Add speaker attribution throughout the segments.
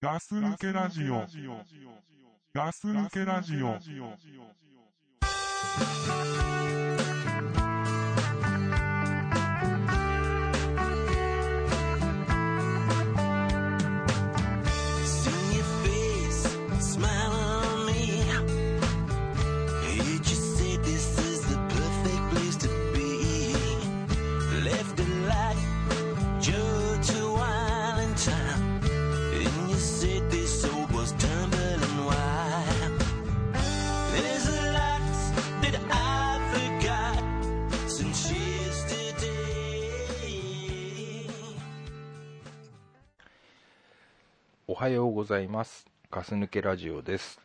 Speaker 1: ガス抜けラジオ。ガス抜けラジオ。
Speaker 2: Sing your face, smile on me. You just said this is the perfect place to be. Left and light, just to while in time. And you said this soul was tumbling wide. There's a lot that I forgot since yesterday.
Speaker 3: おはようございます。ガス抜けラジオです。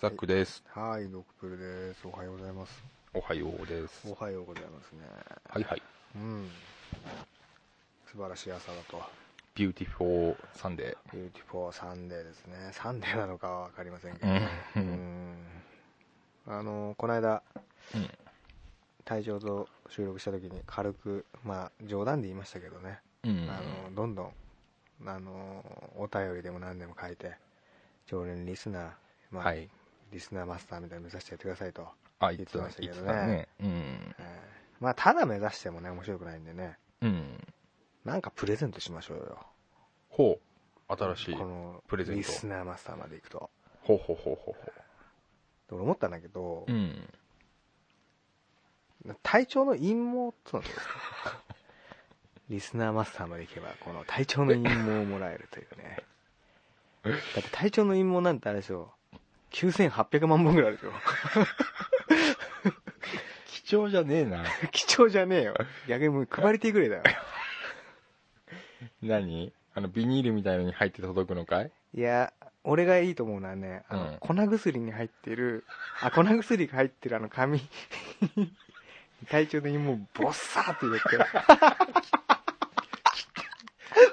Speaker 3: ザックです。
Speaker 4: はい、ドクプルです。おはようございます。
Speaker 3: おはようです
Speaker 4: お。はようございますね。
Speaker 3: はいはい。
Speaker 4: うん。素晴らしい朝だと。
Speaker 3: ビューティフォーサンデ
Speaker 4: ビューティフォーサンデーですね。サンデーなのかはわかりませんけど。うん。あの、この間、
Speaker 3: ー。うん。
Speaker 4: 隊長と収録した時に軽く、まあ、冗談で言いましたけどね。
Speaker 3: うん
Speaker 4: あの、どんどん、あの、お便りでも何でも書いて、常連リスナー、まあ、
Speaker 3: はい
Speaker 4: リスナーマスターみたいなの目指してやってくださいと。
Speaker 3: あ、
Speaker 4: 言
Speaker 3: い
Speaker 4: って
Speaker 3: つ
Speaker 4: ま
Speaker 3: は、
Speaker 4: した
Speaker 3: い
Speaker 4: け
Speaker 3: つ
Speaker 4: ど
Speaker 3: だね
Speaker 4: ね。
Speaker 3: うん。
Speaker 4: えーまあ、ただ目指してもね、面白くないんでね、
Speaker 3: うん。
Speaker 4: なんかプレゼントしましょうよ。
Speaker 3: ほう。新しい
Speaker 4: こ。の、
Speaker 3: プレゼント
Speaker 4: リスナーマスターまで行くと。
Speaker 3: ほうほうほうほうほ
Speaker 4: で俺思ったんだけど
Speaker 3: う。う、ん。
Speaker 4: 体調の陰謀ってのはどうですか リスナーマスターまで行けば、この体調の陰謀をもらえるという ね。だって体調の陰謀なんてあれでしょ。9800万本ぐらいあるでしょ。
Speaker 3: 貴重じゃねえな。
Speaker 4: 貴重じゃねえよ。逆にもう配りてえぐらいだよ。
Speaker 3: 何あの、ビニールみたいのに入って届くのかい
Speaker 4: いや、俺がいいと思うのはね、あの、
Speaker 3: うん
Speaker 4: 粉薬に入ってる、あ、粉薬が入ってるあの紙、 体調的にもうボッサーって入れて、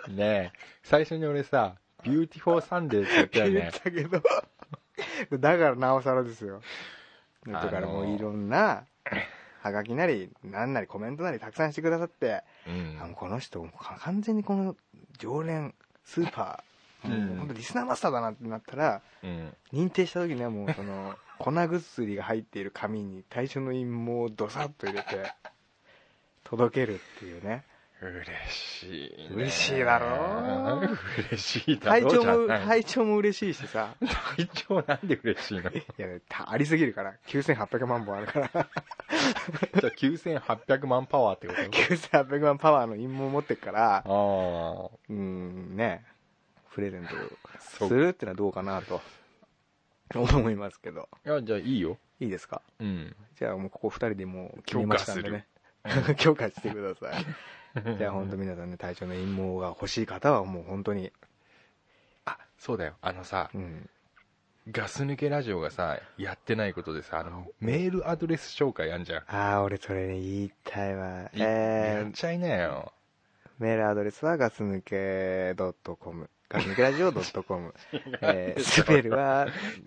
Speaker 3: ねえ。最初に俺さ、ビューティフォーサンデーって言 ったよ
Speaker 4: 入
Speaker 3: ね
Speaker 4: れ。たけど、だからなおさらですよ。だからもういろんな、はがきなり、なんなり、コメントなりたくさんしてくださって、
Speaker 3: う。
Speaker 4: あもうんこの人、もう完全にこの常連、スーパー、
Speaker 3: うん
Speaker 4: もう本当リスナーマスターだなってなったら、
Speaker 3: うん。
Speaker 4: 認定した時にはもうその 粉薬が入っている紙に対象の陰謀をドサッと入れて届けるっていうね
Speaker 3: 嬉しいね。
Speaker 4: 嬉しいだろ
Speaker 3: 嬉しいだ
Speaker 4: 体
Speaker 3: ろ
Speaker 4: 調
Speaker 3: じゃ
Speaker 4: も
Speaker 3: ない
Speaker 4: 体調も嬉しいしさ
Speaker 3: 体調なんで嬉しいのじ
Speaker 4: いや、ね、たありすぎるから9800万本あるから
Speaker 3: ゃあ9800万パワーってこ
Speaker 4: 9800万パワーの陰謀持ってっから
Speaker 3: とああ
Speaker 4: うーんねプレゼント
Speaker 3: そう
Speaker 4: するってのはどうかなと思いますけど
Speaker 3: いやじゃあいいよ
Speaker 4: いいですか
Speaker 3: うん
Speaker 4: じゃあもうここ2人でもう決めましたんでね 強化してくださいじゃあ本当皆さんね、体調の陰謀が欲しい方はもう本当に、
Speaker 3: あそうだよあのさ
Speaker 4: うん。
Speaker 3: ガス抜けラジオがさやってないことでさあのメールアドレス紹介あんじゃん
Speaker 4: ああ、俺それね、言いたいわ。
Speaker 3: いや
Speaker 4: え
Speaker 3: っ
Speaker 4: ー、
Speaker 3: ちゃいなよ
Speaker 4: メールアドレスはガス抜け .com。ガス抜けラジオ .com。えー、スペルは、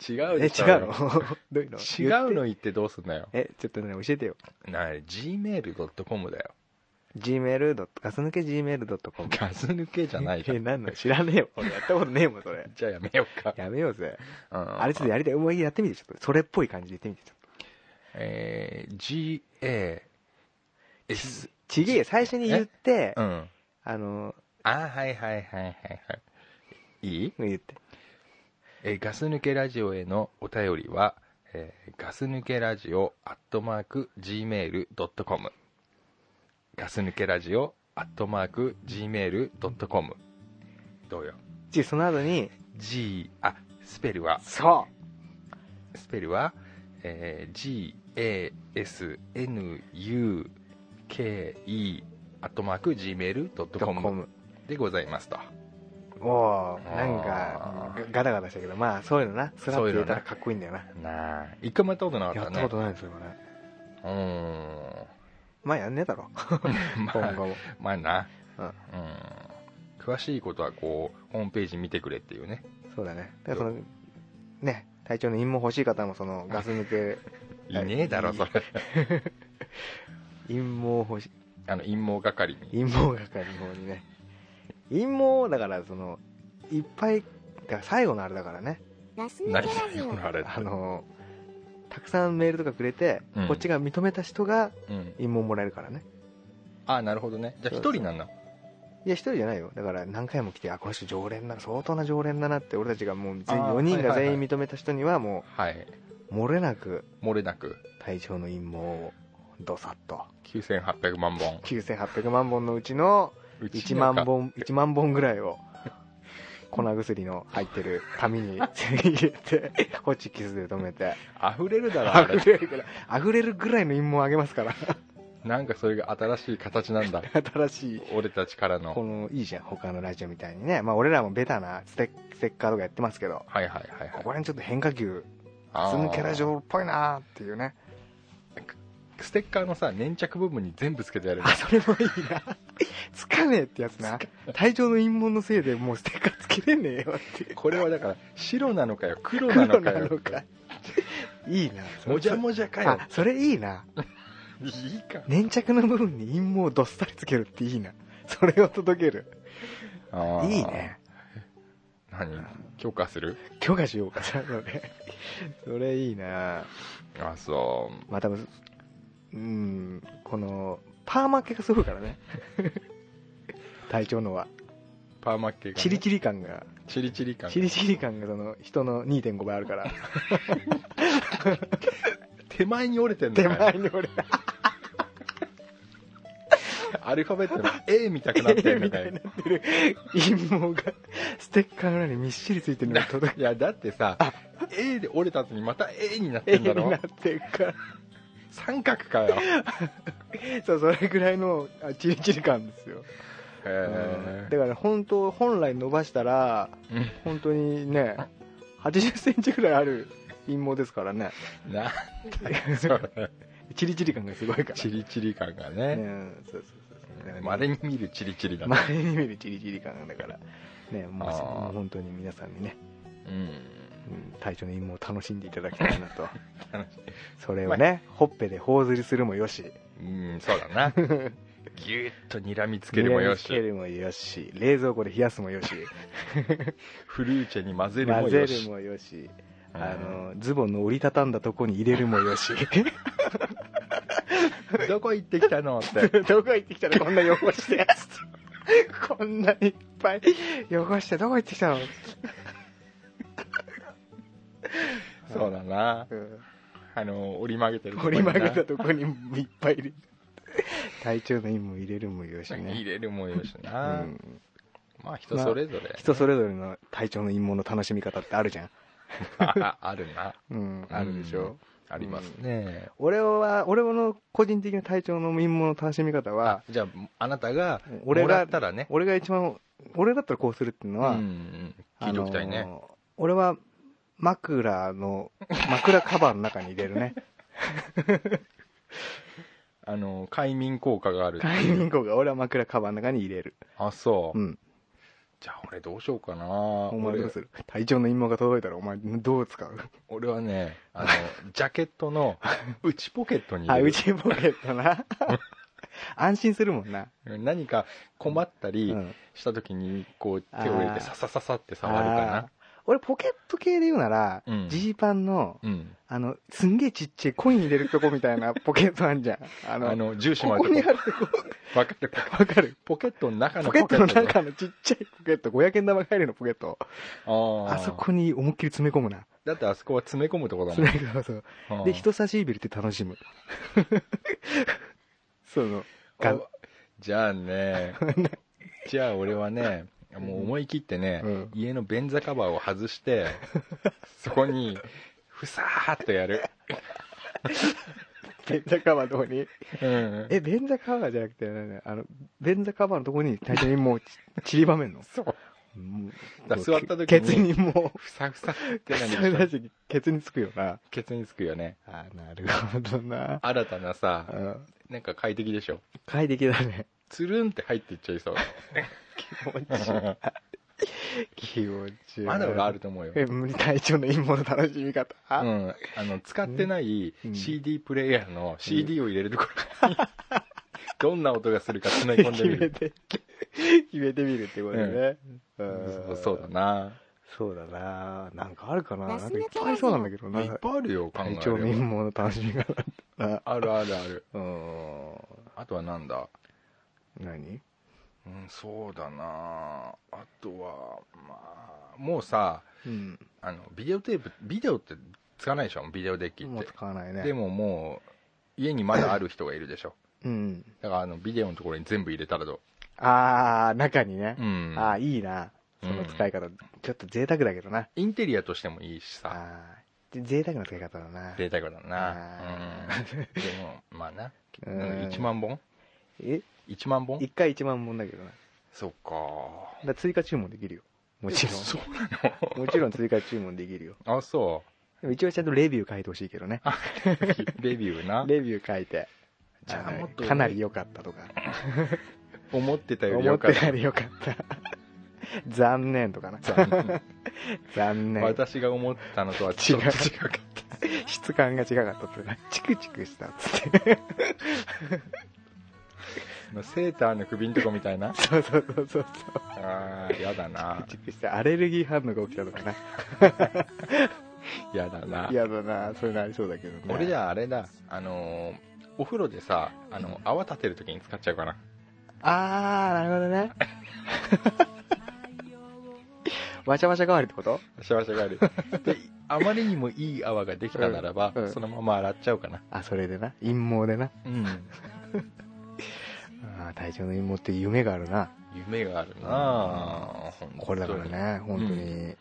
Speaker 3: 違
Speaker 4: え、
Speaker 3: う
Speaker 4: 違う
Speaker 3: でしょ
Speaker 4: の どういうの
Speaker 3: 違うの
Speaker 4: 言って
Speaker 3: 言ってどうすんだよ
Speaker 4: え、ちょっとね、教えてよ。
Speaker 3: なあ gmail.com だよ
Speaker 4: gmail. ガス抜け gmail.com。
Speaker 3: ガス抜けじゃないじ ゃ
Speaker 4: え、
Speaker 3: ん
Speaker 4: なんの知らねえよ。俺やったことねえもん、それ。
Speaker 3: じゃあやめようか
Speaker 4: やめようぜ。
Speaker 3: うん
Speaker 4: あれちょっとやりたい。もうやってみて、ちょっと。それっぽい感じで言ってみて、ちょっと。
Speaker 3: えー G A S
Speaker 4: ちげえよ、最初に言って、
Speaker 3: うん
Speaker 4: あの、
Speaker 3: あはいはいはいはいはいいい、
Speaker 4: 言って。
Speaker 3: えーガス抜けラジオへのお便りは、えーガス抜けラジオアットマーク Gmail.com ガス抜けラジオアットマーク Gmail.com どうよ
Speaker 4: ちその後に
Speaker 3: G あスペルは
Speaker 4: そ
Speaker 3: スペルは、えー GASNUKE アットマーク
Speaker 4: う
Speaker 3: Gmail.com でございますと
Speaker 4: おーなんかガタガタしたけどまあそういうのなスラッと入れたらかっこいいんだよな
Speaker 3: なあ一回もやったことなかっ
Speaker 4: や
Speaker 3: た
Speaker 4: っ
Speaker 3: ね
Speaker 4: たことないんですよこれ
Speaker 3: うーん
Speaker 4: まあやんねえだ ろ
Speaker 3: ま
Speaker 4: 今
Speaker 3: あ
Speaker 4: 後も
Speaker 3: まあな、
Speaker 4: うん
Speaker 3: うん、詳しいことはこうホームページ見てくれっていうね
Speaker 4: そうだねだからそのね体調の陰謀欲しい方もそのガス抜け
Speaker 3: いねえだろ
Speaker 4: いい
Speaker 3: それ
Speaker 4: 陰謀欲し
Speaker 3: あの陰謀係に
Speaker 4: 陰謀係の方にね陰謀だからそのいっぱいだから最後のあれだからね
Speaker 5: ガス抜
Speaker 3: 何
Speaker 5: けラジオ
Speaker 3: のあれ
Speaker 4: あのたくさんメールとかくれて、
Speaker 3: うん
Speaker 4: こっちが認めた人が
Speaker 3: うん
Speaker 4: 陰謀もらえるからね
Speaker 3: ああなるほどねじゃあ一人なんだ
Speaker 4: いや一人じゃないよだから何回も来てあこの人常連だな相当な常連だなって俺たちがもう全員
Speaker 3: あー
Speaker 4: 4人が
Speaker 3: はいはい
Speaker 4: 全
Speaker 3: は
Speaker 4: 員
Speaker 3: い
Speaker 4: 認めた人にはも
Speaker 3: はい。
Speaker 4: う漏れなく
Speaker 3: 漏れなく
Speaker 4: 隊長の陰謀をどさっと
Speaker 3: 9800万本。
Speaker 4: 9800万本のうちの
Speaker 3: うち
Speaker 4: 1
Speaker 3: の
Speaker 4: 万
Speaker 3: か
Speaker 4: 本1万本ぐらいを粉薬の入ってる紙に 入れてホチキスで止めて
Speaker 3: 溢れる だろ、あれ
Speaker 4: 溢れるぐらい溢れるぐらいの陰謀あげますから
Speaker 3: なんかそれが新しい形なん だ。
Speaker 4: 新しい
Speaker 3: 俺たちからの。
Speaker 4: このいいじゃん他のラジオみたいにねまあ俺らもベタなステッステッカーとかやってますけど
Speaker 3: はいはいはい、はい
Speaker 4: ここら辺ちょっと変化球
Speaker 3: あ
Speaker 4: ス
Speaker 3: ー
Speaker 4: ヌケラジオっぽいなーっていうね
Speaker 3: ステッカーのさ、粘着部分に全部つけてやる。
Speaker 4: あそれもいいなつかねえってやつな体調の陰謀のせいでもうステッカーつけれねえよっていう
Speaker 3: これはだから、白なのかよ、黒な
Speaker 4: 黒
Speaker 3: のか
Speaker 4: な
Speaker 3: よ。
Speaker 4: のかいいな
Speaker 3: もじゃもじゃかよ
Speaker 4: あ。それいいない
Speaker 3: いか。
Speaker 4: 粘着の部分に陰謀をどっさりつけるっていいなそれを届ける
Speaker 3: あー
Speaker 4: いい。ね
Speaker 3: 何許可する
Speaker 4: 許可しようかなのでそれいいな
Speaker 3: あ、そ
Speaker 4: まあ多分うんこのパーマ系がすごいから ね体調のは
Speaker 3: う。パーマ系が、ね。
Speaker 4: チリチリ感が
Speaker 3: チリチリ感。
Speaker 4: チリチリ感がその人の2.5倍あるから
Speaker 3: 手前に折れてん
Speaker 4: 手
Speaker 3: のかよ
Speaker 4: 前に俺が
Speaker 3: アルファベットの A 見たくなってんの
Speaker 4: み
Speaker 3: か
Speaker 4: たい
Speaker 3: よ
Speaker 4: に。なってる陰謀がステッカーの裏にみっしりついてるのが届く
Speaker 3: いや、だってさ、A で折れた後にまた A になって
Speaker 4: A
Speaker 3: んだ
Speaker 4: に
Speaker 3: ろ
Speaker 4: なってるから
Speaker 3: 三角かよ。
Speaker 4: そうそれぐらいのあチリチリ感ですよ、
Speaker 3: へ
Speaker 4: だから本当本来伸ばしたら
Speaker 3: え。
Speaker 4: 本当にね8 0ンチぐらいある陰謀ですからね
Speaker 3: なんだよ、それ。
Speaker 4: チリチリ感がすごいから
Speaker 3: チリチリ感がね。
Speaker 4: うんそうそうそうそうだからね
Speaker 3: まれに見るチリチリだね。
Speaker 4: まれに見るチリチリ感だからねもう
Speaker 3: あー
Speaker 4: もう本当に皆さんにね、
Speaker 3: うん。
Speaker 4: うん、体調の陰謀を楽しんでいただきたいなと
Speaker 3: 楽し
Speaker 4: それをねほっぺで頬ずりするもよし
Speaker 3: うん、そうだな。ぎゅーっと睨みつけるもよし
Speaker 4: つ、けるもよし冷蔵庫で冷やすもよし
Speaker 3: フルーチェに混ぜるも
Speaker 4: 混ぜ
Speaker 3: よ
Speaker 4: る
Speaker 3: し。
Speaker 4: もよし
Speaker 3: うん
Speaker 4: あのズボンの折りたたんだとこに入れるもよし
Speaker 3: どこ行ってきたのって。
Speaker 4: どこ行ってきたのこんな汚してこんないっぱい汚してどこ行ってきたの、
Speaker 3: そうだな。
Speaker 4: うん
Speaker 3: あの、折り曲げてるとこ
Speaker 4: 折
Speaker 3: に
Speaker 4: り
Speaker 3: な
Speaker 4: 曲げたとこにいっぱい入れ体調の陰も入れるもよし
Speaker 3: 入
Speaker 4: ね、
Speaker 3: れるもよし
Speaker 4: う
Speaker 3: な。
Speaker 4: ん、
Speaker 3: まあ、人それぞれ。
Speaker 4: 人それぞれの体調の陰謀の楽しみ方ってあるじゃん、
Speaker 3: ああるな。
Speaker 4: うん、あるでしょ、
Speaker 3: うんありますね。
Speaker 4: 俺は俺の個人的な体調の陰謀の楽しみ方は
Speaker 3: あじゃあ、あなたが、
Speaker 4: 俺
Speaker 3: 俺
Speaker 4: が
Speaker 3: がったらね。
Speaker 4: 俺が一番俺だったらこうするっていうの
Speaker 3: う
Speaker 4: は、
Speaker 3: ん。
Speaker 4: あ
Speaker 3: 聞いて
Speaker 4: の
Speaker 3: おきたいね。
Speaker 4: 俺は枕の 枕カバーの中に入れるね
Speaker 3: あの、快眠効果があるって
Speaker 4: 快
Speaker 3: いう。
Speaker 4: 眠効が俺は枕カバーの中に入れる
Speaker 3: あ、そうう。
Speaker 4: ん
Speaker 3: じゃあ、俺どうしようかな。
Speaker 4: お前ど
Speaker 3: 俺
Speaker 4: うする体調の陰謀が届いたらお前どう使う
Speaker 3: 俺はね、 あの、ジャケットの内ポケットに
Speaker 4: あう
Speaker 3: 入れる。
Speaker 4: ちポケット な安心するもんな、
Speaker 3: 何か困ったり
Speaker 4: うん
Speaker 3: した時に、こう、手を入れて、
Speaker 4: あー
Speaker 3: ささささって触るか
Speaker 4: あー俺ポケット系で言うなら
Speaker 3: うん
Speaker 4: ジー、パンの
Speaker 3: な。うん。
Speaker 4: あのすんげえちっちゃいコイン入れるとこみたいな ポケットあんじゃんあの
Speaker 3: あの、重視も
Speaker 4: こ
Speaker 3: あ
Speaker 4: こ
Speaker 3: る
Speaker 4: に
Speaker 3: と
Speaker 4: あるとこ
Speaker 3: こ。わかる。
Speaker 4: わかる
Speaker 3: ポケットの中の
Speaker 4: ポケットの
Speaker 3: ポケット
Speaker 4: 中のちっちゃいポケット、500円玉入るのポケット。
Speaker 3: あー
Speaker 4: あそ。こに思いっきり詰め込むな。
Speaker 3: だってあそこは詰め込むとこだも
Speaker 4: 詰
Speaker 3: ん
Speaker 4: め込むそう。
Speaker 3: うん。
Speaker 4: で、人差し指入れて楽しむ。 その、が
Speaker 3: おじゃあ ねじゃあ俺はねもう思い切ってね、
Speaker 4: うん
Speaker 3: 家の便座カバーを外してそこにふさーっとやる、
Speaker 4: 便座カバーのとこに。
Speaker 3: うん、
Speaker 4: え、便座カバーじゃなくて、なんだあの、便座カバーのとこに最初にもうち散りばめんの。
Speaker 3: そう
Speaker 4: もう
Speaker 3: だから座った時に
Speaker 4: ケツにもう、
Speaker 3: ふさふさっ
Speaker 4: ケ
Speaker 3: てな
Speaker 4: ツ
Speaker 3: るでしょ
Speaker 4: にケツにつくよな。
Speaker 3: ケツにつくよね
Speaker 4: あ、なるほどな。
Speaker 3: 新たな
Speaker 4: う
Speaker 3: さ
Speaker 4: ん
Speaker 3: なんか快適でしょ
Speaker 4: 快適だね。
Speaker 3: つるんって入っていっちゃいそう
Speaker 4: 気持ちいい。気持ちいい。
Speaker 3: まだ俺あると思うよ、
Speaker 4: え、無理体調の陰謀の楽しみ方。
Speaker 3: う、ん、あの使ってない
Speaker 4: うん
Speaker 3: CD プレイヤーの CD を入れるとこ ろにどんな音がするか詰め込んで
Speaker 4: 決
Speaker 3: み
Speaker 4: め
Speaker 3: る
Speaker 4: て、決めてみるってことね。
Speaker 3: そううんそうだな
Speaker 4: そうだななんかあるかななんか
Speaker 5: ガス抜
Speaker 4: いっ
Speaker 5: け
Speaker 4: ぱいありそうなんだけど
Speaker 3: まあ
Speaker 4: ない
Speaker 3: っぱいあるよ考え
Speaker 4: 体
Speaker 3: れ
Speaker 4: 調の陰
Speaker 3: ば
Speaker 4: 謀の楽しみ方あ
Speaker 3: あるあるある
Speaker 4: うーん
Speaker 3: あとはなんだ
Speaker 4: 何
Speaker 3: うんそうだなあとはまあもうさ
Speaker 4: うん
Speaker 3: あのビデオテープビデオってつかないでしょビデオデッキっ
Speaker 4: もう
Speaker 3: て
Speaker 4: 使わないね
Speaker 3: でももう家にまだある人がいるでしょ
Speaker 4: うん
Speaker 3: だからあのビデオのところに全部入れたらど
Speaker 4: ああ中にね
Speaker 3: う、うん
Speaker 4: ああいいなその使い方、ちょっと贅沢だけどな
Speaker 3: インテリアとしてもいいしさ
Speaker 4: ああー贅沢な使い方だな
Speaker 3: 贅沢だな
Speaker 4: あ
Speaker 3: うんでもまあな
Speaker 4: うん
Speaker 3: なんか1万本
Speaker 4: え
Speaker 3: 1万本
Speaker 4: 一回1万本だけどなだか
Speaker 3: そっから
Speaker 4: 追加注文できるよもちろ
Speaker 3: そ
Speaker 4: ん
Speaker 3: うな
Speaker 4: もちろん追加注文できるよ
Speaker 3: のあそ
Speaker 4: でも一応ちゃんとレビュー書いてほしいけどね
Speaker 3: う レビューな
Speaker 4: レビュー書いて
Speaker 3: じゃあ
Speaker 4: の
Speaker 3: もっと
Speaker 4: かなり良かったとか
Speaker 3: 思ってたより
Speaker 4: 思
Speaker 3: よ
Speaker 4: っ
Speaker 3: かってた
Speaker 4: たより良かった残念とかな残念
Speaker 3: 私が思ったのとはちょっと違かった
Speaker 4: 質感が違かったっつってねチクチクしたっつって
Speaker 3: セーターの首んとこみたいな
Speaker 4: そうそうそうそうそう
Speaker 3: あーやだな
Speaker 4: チクチクしたアレルギー反応が起きたとかな
Speaker 3: やだな
Speaker 4: 嫌だなそういうのありそうだけどね
Speaker 3: 俺じゃああれだあのーお風呂でさあの泡立てるときに使っちゃうかな
Speaker 4: あーなるほどね わちゃわちゃ代わりってこと
Speaker 3: シャワシャがあるであまりにもいい泡ができたならば、
Speaker 4: うんうん
Speaker 3: そのまま洗っちゃうかな
Speaker 4: あそれでな陰謀でな
Speaker 3: うん
Speaker 4: あー体調の陰謀って夢があるな
Speaker 3: 夢があるなあ
Speaker 4: これだからね本当に、
Speaker 3: う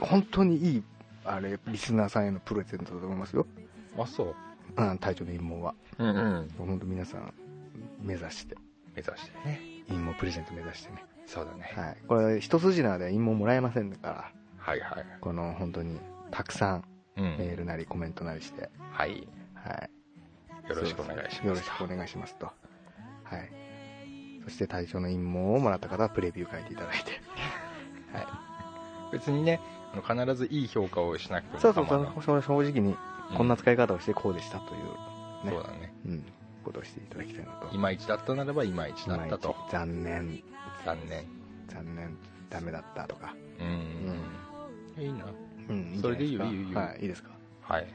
Speaker 4: 本当にいいあれリスナーさんへのプレゼントだと思いますよ、
Speaker 3: あそう
Speaker 4: うん、体調の陰謀は
Speaker 3: うんうん
Speaker 4: 本当皆さん目指して
Speaker 3: 目指してね
Speaker 4: 陰謀プレゼント目指してね、
Speaker 3: そうだね、
Speaker 4: はい、これ一筋縄では陰謀もらえませんから
Speaker 3: はい、はい
Speaker 4: この本当にたくさん
Speaker 3: うん、
Speaker 4: メールなりコメントなりして、
Speaker 3: はいよ
Speaker 4: はい、
Speaker 3: ろしくお願いし
Speaker 4: よ
Speaker 3: ま
Speaker 4: ろ
Speaker 3: す
Speaker 4: しくお願いしますとはいそして対象の陰謀をもらった方はプレビュー書いていただいて
Speaker 3: 別にねあの必ずいい評価をしなくても
Speaker 4: そうそうそ
Speaker 3: 構わ
Speaker 4: う
Speaker 3: ない
Speaker 4: それ正直に
Speaker 3: うん
Speaker 4: こんな使い方をしてこうでしたという、ね
Speaker 3: そうだね
Speaker 4: うん、ことをしていただきたいなと
Speaker 3: いまいちだったならばいまいちだったと
Speaker 4: いまいち残念
Speaker 3: 残念
Speaker 4: 残念ダメだったとか、
Speaker 3: うんいいな
Speaker 4: うん、
Speaker 3: それでいいよ
Speaker 4: んじゃ
Speaker 3: いいよいい
Speaker 4: なです
Speaker 3: よ
Speaker 4: かはいいいですか
Speaker 3: はい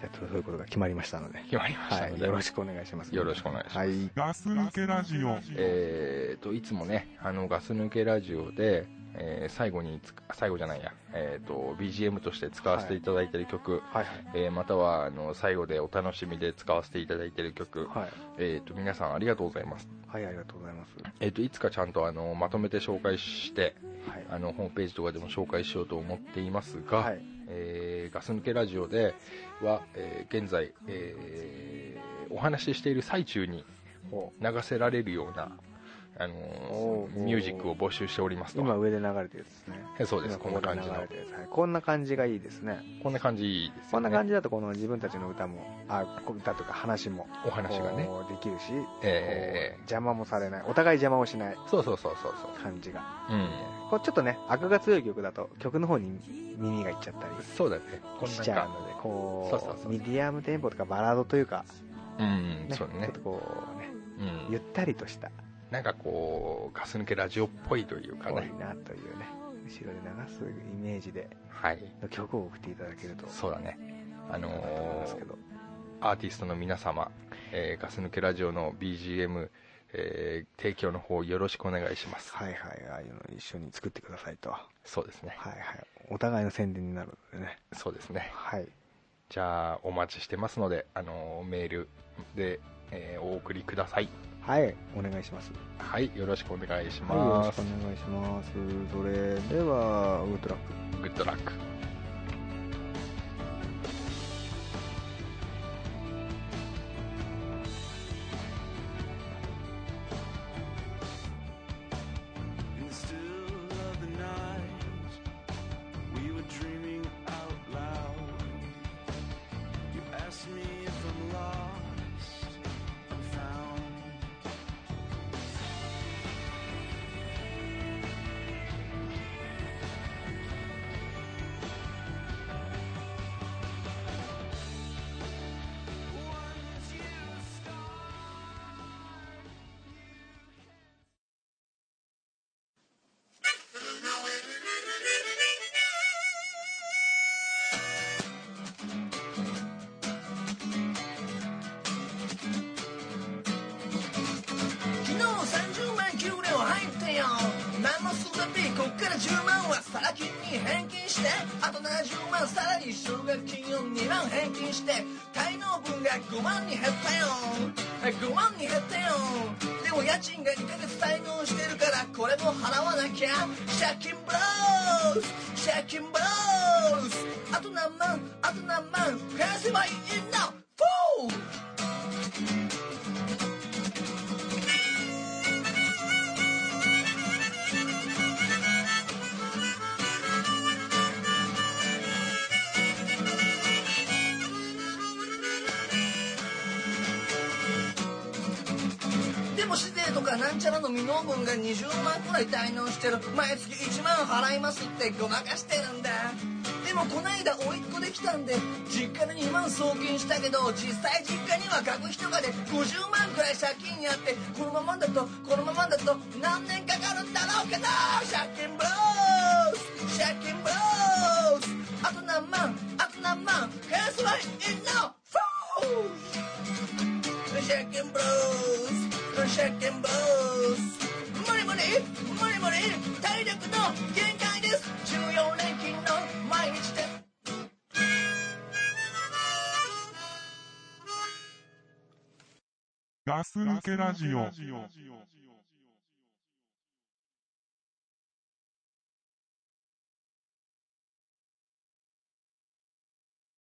Speaker 4: じゃあそういうことが決まりましたので
Speaker 3: 決まりました
Speaker 4: は
Speaker 3: の
Speaker 4: い、
Speaker 3: で、
Speaker 4: よろしくお願いします。
Speaker 3: よろしくお願いします
Speaker 4: はい、
Speaker 1: ガス抜けラジオ。
Speaker 3: えー、といつもねあのガス抜けラジオで、えー最後につ最後じゃないや、えー、と BGM として使わせていただいてる曲、
Speaker 4: はい
Speaker 3: えーまたはあの最後でお楽しみで使わせていただいてる曲、
Speaker 4: はい、はい、
Speaker 3: えー、と皆さんありがとうございます、
Speaker 4: はい、ありがとうございます。
Speaker 3: えー、といつかちゃんとあのまとめて紹介して
Speaker 4: はい、
Speaker 3: あのホームページとかでも紹介しようと思っていますが、
Speaker 4: はい、
Speaker 3: えーガス抜けラジオでは、えー現在、えーお話ししている最中に
Speaker 4: お
Speaker 3: 流せられるような、あのー
Speaker 4: おう
Speaker 3: ミュージックを募集しておりますと
Speaker 4: 今上で流れてるやつですね。
Speaker 3: えそうです
Speaker 4: 今
Speaker 3: こんな感じの
Speaker 4: ここで流れてるやつはいこんな感じがいいですね。
Speaker 3: こんな感じですよね
Speaker 4: こんな感じだとこの自分たちの歌も、あ、こ歌とか話も、
Speaker 3: お話がね
Speaker 4: こうできるし、
Speaker 3: え
Speaker 4: こう
Speaker 3: ー
Speaker 4: 邪魔もされない、お互い邪魔をしない
Speaker 3: そうそうそうそうそう
Speaker 4: 感じが。
Speaker 3: うん
Speaker 4: こうちょっとね、悪が強い曲だと曲の方に耳がいっちゃったり
Speaker 3: そうだねこん
Speaker 4: し
Speaker 3: な
Speaker 4: ちゃう
Speaker 3: 感
Speaker 4: ので、こ
Speaker 3: そうそうそう
Speaker 4: う、ミディアムテンポとかバラードというか、
Speaker 3: じう
Speaker 4: ね、
Speaker 3: ん、そう
Speaker 4: ちょ
Speaker 3: ね
Speaker 4: っとこうね、
Speaker 3: うん
Speaker 4: ゆったりとした
Speaker 3: なんかこうガス抜けラジオっぽいというか
Speaker 4: 多い
Speaker 3: ね
Speaker 4: なというね後ろで流すイメージで
Speaker 3: はい
Speaker 4: の曲を送っていただけると
Speaker 3: そうだねあ
Speaker 4: あと思い
Speaker 3: の
Speaker 4: ますけ
Speaker 3: ー
Speaker 4: ど
Speaker 3: アーティストの皆様、えーガス抜けラジオの BGM、えー提供の方よろしくお願いします
Speaker 4: はいはいああいうの一緒に作ってくださいとは
Speaker 3: そうですね
Speaker 4: いはいお互いの宣伝になるのでね
Speaker 3: そうですね
Speaker 4: はい
Speaker 3: じゃあお待ちしてますのであのメールで、えーお送りください
Speaker 4: はいお願いします
Speaker 3: はいよろしくお願いし
Speaker 4: はいよろ
Speaker 3: ま
Speaker 4: し
Speaker 3: す、
Speaker 4: くお願いしますそれではウルトラック
Speaker 3: グッドラック
Speaker 2: In the still of the night, we were dreaming out loud. You asked me if I'm lost, I'm found.
Speaker 5: 70万はサラ金に返金してあと70万さらに奨学金を2万返金して滞納分が5万に減ったよ5万に減ったよでも家賃が2ヶ月滞納してるからこれも払わなきゃ借金ブロース借金ブロースあと何万あと何万返せばいいんだフォーでも市税とかなんちゃらの未納分が20万くらい滞納してる毎月1万払いますってごまかしてるんだでもこないだ甥っ子できたんで実家で2万送金したけど実際実家には学費とかで50万くらい借金やってこのままだとこのままだと何年かかるんだろうけど借金ブロース借金ブロースあと何万あと何万返すわいいんだフォー Shaking Bros! Shaking Bros! 無理無理無理無理体力の限界です14連勤の毎日です
Speaker 1: ガス抜けラジオ。